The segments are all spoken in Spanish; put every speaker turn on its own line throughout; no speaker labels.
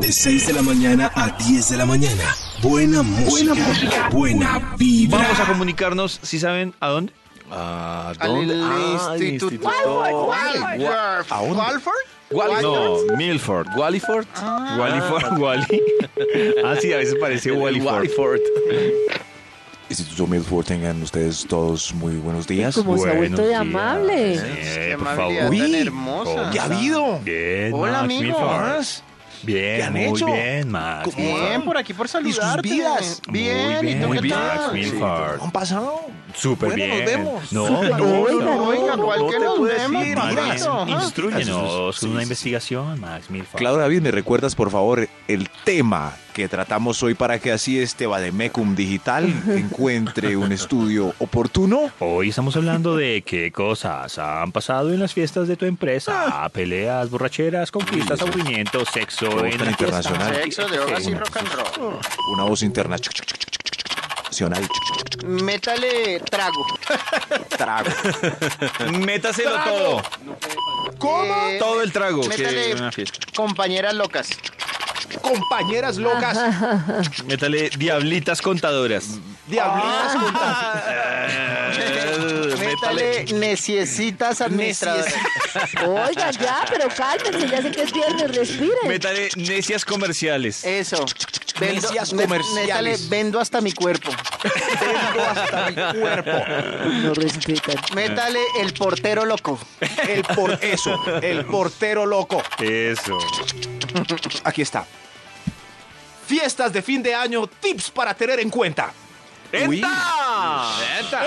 De 6 de la mañana a 10 de la mañana. Buena música. Buena, música. buena vibra.
Vamos a comunicarnos, si saben a dónde.
¿A
Al
dónde? Ah, al
Instituto
Instituto
Walworth.
¿A dónde?
¿Walford?
Wal-
No, Milford.
Waliford.
Ah.
Wally for Wally. Ah, sí, a veces parece Wally for.
Waliford.
Instituto Milford, tengan ustedes todos muy buenos días.
Como se ha vuelto de
días.
amable.
Qué
Eh, por
amabilidad
favor.
tan
Uy,
hermosa.
¿Qué ha habido?
Bien,
Hola,
Max
amigo.
Milford. Bien,
¿Qué han
muy
hecho?
bien, Max.
¿Cómo
Milford.
Bien, por aquí por
sus
saludarte.
vidas?
Bien,
muy
¿y
bien,
tú
muy
qué
bien, Max
tal?
Milford.
¿Han pasado?
Súper
Bueno,
bien.
nos vemos.
No,
Súper
no, no,
bien.
no.
Oiga,
no,
¿cuál
no
que
te
nos
puedo
vemos?
decir,
Más
Max.
bien,
Max? Ajá.
Instruyenos con
Sí,
una
sí, sí.
investigación, Max Milford.
Claro, David, ¿me recuerdas, por favor, el tema que tratamos hoy para que así este Bademecum Digital encuentre un estudio oportuno?
Hoy estamos hablando de qué cosas han pasado en las fiestas de tu
Ah.
empresa. Peleas, borracheras, conquistas, aburrimiento, sexo,
Qué
en la
tan internacional.
Sexo, drogas y rock and roll.
Una voz interna. chuc, chuc, chuc, chuc, chuc, chuc, chuc, nacional, chuc, chuc, chuc,
Métale trago.
Trago.
Mm, Métaselo todo. Eh,
¿Cómo?
Todo el trago.
Métale compañeras locas.
Compañeras locas.
Métale diablitas contadoras. Ah.
Diablitas contadas.
Métale necesitas administradoras.
Oiga, ya, pero cálmense, ya sé que es viernes, respiren.
Métale necias comerciales.
Eso. Vendo,
Necias
me-
comerciales.
métale, vendo hasta mi cuerpo.
Tengo hasta mi cuerpo.
No respetan.
Métale el portero loco.
El por eso, el portero loco.
Eso.
Aquí está. Fiestas de fin de año, tips para tener en cuenta.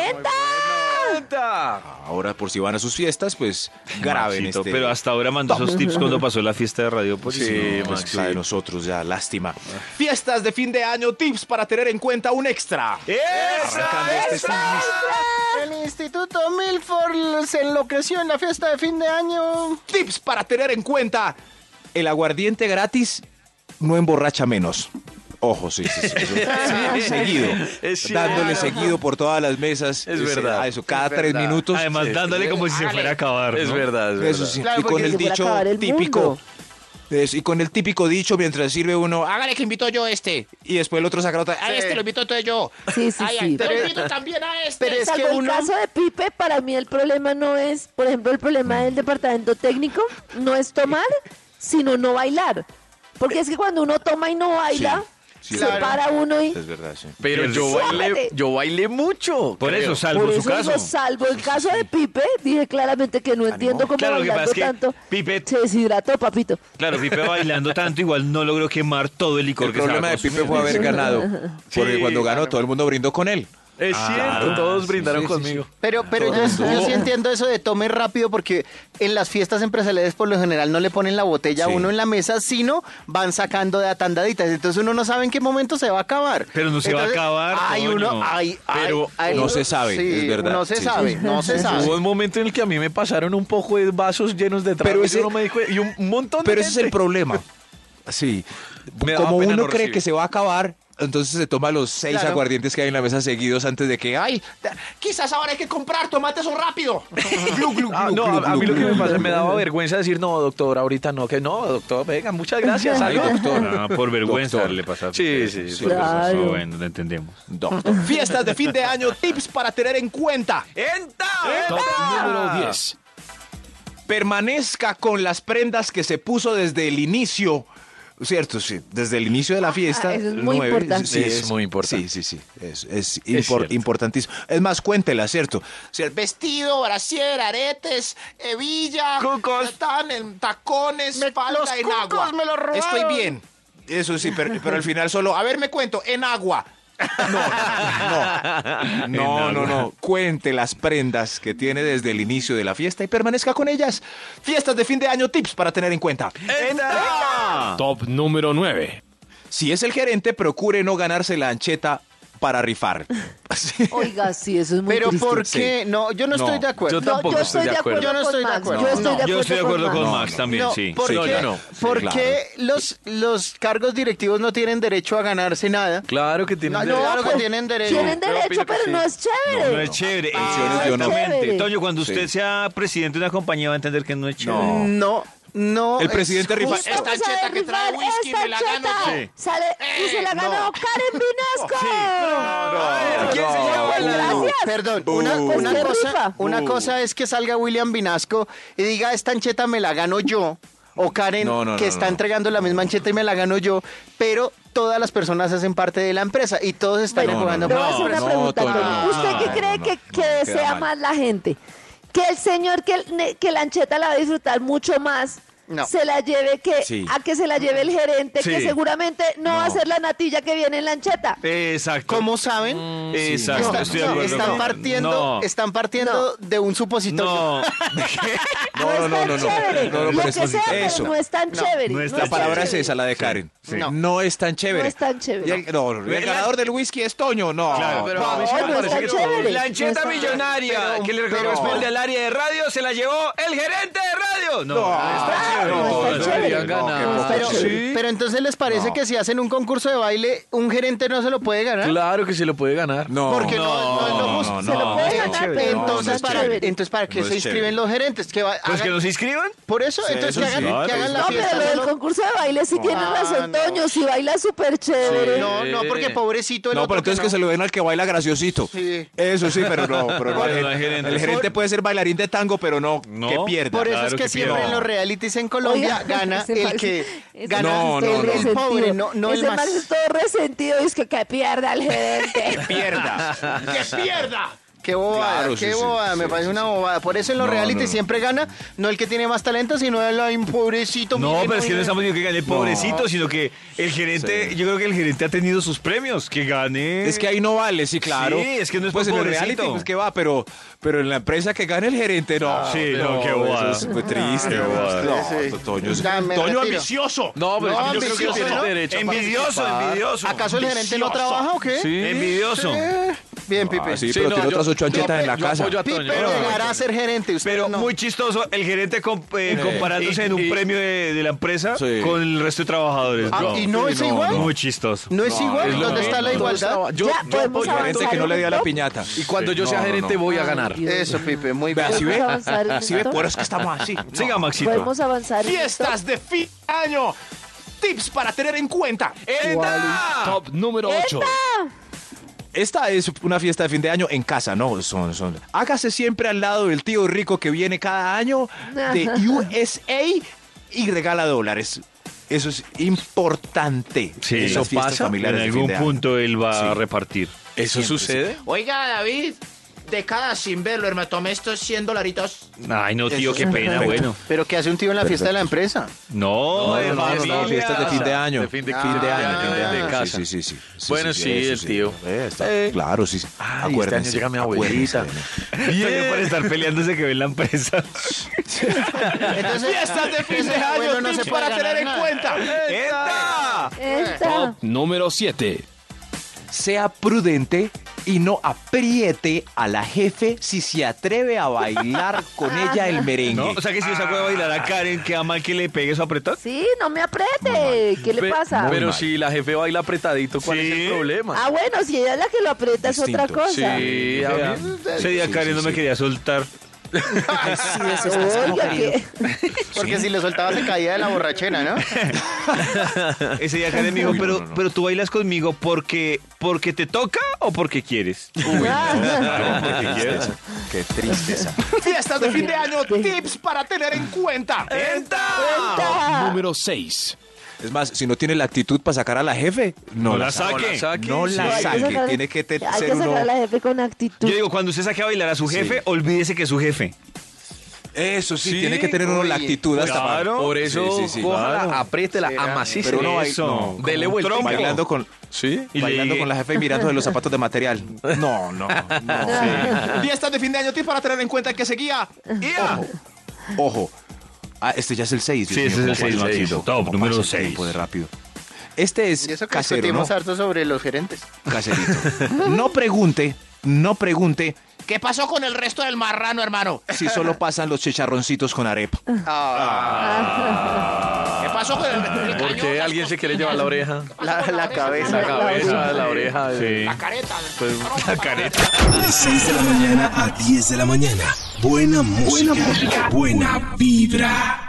¡Eta!
Ahora, por si van a sus fiestas, pues graben
Maxito,
este.
Pero hasta ahora mandó esos tips cuando pasó la fiesta de radio. Pues,
Sí,
no,
pues,
pues,
la de nosotros ya, lástima.
Ah.
Fiestas de fin de año, tips para tener en cuenta un extra.
Arrancando este
El Instituto Milford se enloqueció en la fiesta de fin de año.
Tips para tener en cuenta.
El aguardiente gratis no emborracha menos. Ojo, sí, sí, sí. eso- seguido.
Es cierto.
dándole seguido por todas las mesas.
Es
ese-
verdad.
a eso, cada
Es
tres
verdad.
minutos.
Además, dándole como si se fuera a acabar.
Es
¿no?
verdad, es verdad.
Eso sí.
Claro,
y con
porque
el
se fuera a
dicho
acabar el
típico.
mundo.
es- y con el típico dicho mientras sirve uno, hágale que invito yo este. Y después el otro saca la otra, "Ah, este lo invito entonces yo.
Sí, sí,
Ay,
sí.
ay,
Pero-
invito también a este.
Pero es que
Salvo el
uno.
caso de Pipe, para mí el problema no es, por ejemplo, el problema del departamento técnico no es tomar, sino no bailar. Porque es que cuando uno toma y no baila,
sí,
se
claro.
para uno y...
Es verdad, sí.
Pero yo
Súbale.
bailé, yo bailé mucho.
Por
creo.
eso, salvo
Por
su
eso
caso.
digo, salvo el caso de Pipe, dije claramente que no entiendo cómo
Claro, lo que pasa
bailando
es que
tanto
Pipe-
se deshidrató, papito.
Claro, Pipe bailando tanto, igual no logró quemar todo el licor
El
que estaba
problema de Pipe
consumiendo.
fue haber ganado. Porque
Sí,
cuando ganó,
claro.
todo el mundo brindó con él.
Es cierto, todos brindaron
Ah, sí, sí,
conmigo.
Pero, pero yo, yo sí entiendo eso de tome rápido porque en las fiestas empresariales por lo general no le ponen la botella
Sí.
a uno en la mesa, sino van sacando de atandaditas. Entonces uno no sabe en qué momento se va a acabar.
Pero no se va a
Entonces,
acabar,
Hay
coño.
uno, hay,
Pero
no se sabe,
sí,
es verdad.
No se
Sí, sí,
sabe,
sí.
no se sabe.
Hubo un momento en el que a mí me pasaron un poco de vasos llenos de trago
Pero
y
ese-
uno me dijo- y un un montón de
Pero ese es el
gente.
problema. Sí.
Me daba
Como
pena
uno
no
cree
recibir.
que se va a acabar, entonces se toma los seis
Claro.
aguardientes que hay en la mesa seguidos antes de que, ay,
Quizás ahora hay que comprar tomates o rápido. Glu, glu,
Ah,
glu,
no,
glu,
a, a mí
glu,
lo que
glu,
me
glu,
pasa,
glu,
me daba vergüenza decir, no, doctor, ahorita no, que no, doctor, venga, muchas gracias,
ay,
algo.
doctor.
Ah, por vergüenza
Doctor.
le pasa a
Sí,
Pipe.
sí, sí.
Por vergüenza.
Claro.
No, Bueno, lo entendemos.
Doctor.
Fiestas de fin de año, tips para tener en cuenta.
Top número 10.
Permanezca con las prendas que se puso desde el inicio. Cierto, sí, desde el inicio de la fiesta.
Ah, eso es muy
nueve,
importante.
sí,
Es muy importante.
Sí, sí, sí. Es, es impor-
cierto.
importantísimo. Es más, cuéntela, ¿cierto? Sí, el vestido,
Vestido, brasier, aretes, hebilla,
Cucos.
tan en tacones,
Me-
falda
los
en
cucos
agua.
me los robaron.
Estoy bien.
Eso sí, pero, pero al final solo.
A ver, me cuento, en agua.
No, no, no, no. Cuente las prendas que tiene desde el inicio de la fiesta y permanezca con ellas.
Fiestas de fin de año, tips para tener en cuenta.
Eh.
Top número 9.
Si es el gerente, procure no ganarse la ancheta para rifar. Sí.
Oiga, sí, eso es muy
Pero
triste.
¿por qué? No, yo no,
No,
estoy de acuerdo.
yo No, tampoco
yo
estoy
estoy
de
de
acuerdo.
acuerdo.
Yo no
con
estoy de
Max,
acuerdo.
Yo estoy
No,
de acuerdo,
Yo estoy de acuerdo con
No,
Max
no.
también,
No,
sí.
¿por
Sí,
qué,
claro.
por
claro.
qué los, los cargos directivos no tienen derecho a ganarse nada?
Claro que tiene
No,
un
yo-
derecho.
Claro que
pues,
tienen derecho.
Tienen
Yo
derecho,
opino que
pero
sí.
no es chévere.
No es chévere.
Ah,
Exactamente.
yo no.
Chévere.
Toño, cuando
Sí.
usted sea presidente de una compañía va a entender que no es chévere.
No, no.
El presidente
es
rifa-
justo.
Esta ancheta que trae whisky me la Eh, Cheta. Sale y se la ha ganado Karen Vinasco.
¿Quién se lleva el
Gracias.
Perdón, una,
Pues
una
qué
cosa,
rifa.
una cosa es que salga William Vinasco y diga, esta ancheta me la gano yo, o Karen,
No, no,
que
no,
está
no.
entregando la misma ancheta y me la gano yo, pero todas las personas hacen parte de la empresa y todos están
Bueno,
jugando.
le voy a hacer una
no,
pregunta.
Toño,
Toño.
no,
¿Usted qué
no,
cree
no,
que,
no,
que
queda
desea
mal.
más la gente? ¿Que el señor que, el ne- que la ancheta la va a disfrutar mucho más?
No.
se la lleve que
Sí.
a que se la lleve el gerente que
Sí.
seguramente no, va a ser la natilla que viene en la ancheta
Exacto.
¿Cómo saben?
Exacto,
Está-
estoy de
no,
acuerdo.
están
con-
partiendo,
No.
están partiendo de un supositorio.
No,
no, es tan chévere
no, no,
lo
pero
que
eso-
sea
eso.
pero no es tan chévere
no es
La
tan
palabra es
chévere.
esa, la de Karen.
sí.
No.
No.
es tan chévere.
No es tan chévere.
Y el, no, el ganador del whisky es Toño. No,
Claro, pero
no,
a mí sí
No,
me
no es
parece
tan
que-
chévere.
La ancheta
No es tan-
millonaria
pero-
que le
pero-
corresponde al área de radio se la llevó el gerente de radio. No,
Ah, no es tan chévere.
no, qué
No,
poco.
Pero,
Sí.
pero entonces les parece que si hacen un concurso de baile, un gerente no se lo puede ganar.
Claro que se lo puede ganar.
No,
Porque no, no es lo justo.
no,
Se lo
no,
puede
no,
ganar,
no,
pero
no, no
entonces,
es
para,
chévere.
entonces, ¿para qué
No
se
es chévere.
inscriben los gerentes? Que va-
Pues
hagan-
que nos inscriban.
Por eso,
Sí,
entonces
eso
que
sí,
hagan,
claro,
que hagan la
No,
fiesta.
pero lo del
solo-
concurso de baile sí tiene razón,
no.
Toño. Si baila súper chévere.
No, no, porque pobrecito el
No,
otro
pero entonces que, se
no.
lo den al que baila graciosito.
Sí.
Eso sí, pero no. Pero no,
Bueno,
el,
no hay gerente.
el gerente puede ser bailarín de tango, pero no,
No.
que pierda.
Por eso es
Claro
que,
que
siempre
pierda.
en los realities en Colombia
Oiga,
gana
ese
el
man-
que
ese
gana
man es todo
el, el
resentido.
pobre, no, no el
Ese man
más.
es todo resentido y es que, que pierda el gerente.
pierda.
¡Que pierda!
Qué bobada,
Claro, sí,
qué
sí,
bobada, me
sí,
parece
sí,
una
sí.
bobada. Por eso en los
No,
realities
no, no.
siempre gana, no el que tiene más talento, sino el ay, pobrecito.
No,
miren,
pero es que no
oigan.
estamos diciendo que gane el pobrecito, sino que el gerente, yo creo que el gerente ha tenido sus premios, que gane.
Es que ahí no vale, sí, claro.
Sí, es que no es
Pues
por
en el
pobrecito.
reality, pues que va, pero, pero en la empresa que gane el gerente, no.
Sí, no, qué bobada.
Eso es muy triste.
Qué bobada.
Sí,
No,
sí.
Toño es-
Ya, me
Toño
retiro.
¡Vicioso!
No, pues, pero
No,
yo creo que
ambicioso,
tiene
¿no?
derecho a
envidioso,
participar.
envidioso.
¿Acaso el gerente no
Vicioso.
trabaja o qué?
Sí.
Envidioso.
Eh, Bien, Pipe.
Ah, sí,
Sí,
pero
no,
tiene
yo-
otras ocho
yo
anchetas en la
apoyo- yo
casa.
apoyo a
Pipe
Toño.
llegará a ser gerente, usted
Pero
no.
muy chistoso el gerente comp- eh, comparándose
y-
en un
y-
premio de, de la empresa
Sí.
con el resto de trabajadores.
Ah,
No.
¿Y no es igual?
Muy chistoso.
¿No es igual?
Es lo
¿Dónde está la
mismo.
igualdad?
Yo,
Ya,
yo
podemos
apoyo al
avanzar.
Gerente que no le dé a la piñata.
Y cuando yo
Sí.
sea
No, no,
gerente
no.
voy a ganar.
Ay, Dios.
Ah, Eso, Pipe, muy bien.
Vea, si ve,
¿Podemos avanzar en
si ve,
esto?
por eso es que estamos así. No.
Siga, Maxito.
Podemos avanzar. en esto?
¡Fiestas de fin de año! Tips para tener en cuenta.
Top número
Esta es una fiesta de fin de año en casa, ¿no? Son, son. Hágase siempre al lado del tío rico que viene cada año de USA y regala dólares. Eso es importante.
Sí,
en las
eso
fiestas
pasa. En
familiares de fin
algún
de año.
punto él va a
Sí.
repartir.
¿Eso sucede?
Oiga, David, de cada sin verlo, me tomé estos 100 dolaritos.
Ay, no, tío,
Eso
qué
es
pena,
perfecto.
bueno.
Pero ¿qué hace un tío en la fiesta de la empresa?
No,
No,
de
no, no, no, no,
familia.
fiestas de fin de año.
De fin de-
fin de año, fin de
Ah,
año.
de casa.
Sí, sí, sí. sí.
Bueno, sí,
eso
el tío.
Eh, está-
Eh.
Claro, sí. sí.
Ay, este año llega mi
acuérdense,
abuelita.
Bien. Para estar peleándose que ve la empresa.
Entonces,
¡Fiestas de fin
ese
de año!
abuelo no se
tips
puede
para
ganar
tener en
nada.
cuenta.
¡Eta!
Esta.
Número 7.
Sea prudente y no apriete a la jefe si se atreve a bailar con ella el merengue.
¿No? O sea que si yo saco de bailar a Karen, queda mal que le pegue su apretón.
Sí, no me apriete. ¿Qué le
Pe-
pasa?
Pero si la jefe baila apretadito, ¿cuál
Sí.
es el problema?
Ah, bueno, si ella es la que lo aprieta es
Distinto,
otra cosa.
Sí,
O sea,
a mí-
Ese día
sí,
Karen
sí,
no me
sí.
quería soltar.
Oiga, que-
Porque si le soltaba se caía de la borrachera, ¿no?
Ese día Karen me dijo,
Uy, no,
pero,
no, no.
pero tú bailas conmigo porque, porque te toca o porque quieres.
Ah.
Qué tristeza. Qué tristeza.
Fiestas de fin de año, tips para tener en cuenta.
Esta.
Número 6.
¿Eh? Es más, si no tiene la actitud para sacar a la jefe, no,
No la saque.
No
Sí.
No,
la
hay que
saque.
sacar-
Tiene que te-
Hay
ser
que
uno.
sacar a la jefe con actitud.
Yo digo, cuando usted saque a bailar a su jefe,
Sí.
olvídese que es su jefe.
Eso sí,
Sí,
tiene que tener uno la
oye,
actitud hasta para-
claro.
Por eso,
Sí, sí, sí,
cójala,
claro.
apriétela,
Será,
amacícela.
Pero no, hay-
Eso.
no,
Dele
como
vuelta.
un tronco. Bailando con
Sí.
Y le
bailando
llegué-
con la jefe y mirando de los zapatos de material. No, no, no.
Fiestas de fin de año, tips para tener en cuenta que seguía.
Ojo. Ojo. Ah, este ya es el 6.
Sí, ese es el seis, Maxito. Top número seis.
de rápido. Este es
Y eso que
casero, ¿no?
discutimos harto sobre los gerentes.
Caserito. No pregunte, no pregunte
¿Qué pasó con el resto del marrano, hermano?
si solo pasan los chicharroncitos con arepa.
¿Qué pasó con el, el
¿Por
cañón,
qué
las
alguien se quiere llevar la oreja?
La, la cabeza.
Esa
La
cabeza,
oreja.
la oreja.
Sí.
La careta.
La careta.
De 6 de la mañana a 10 de la mañana. Buena música. Buena, música. buena vibra.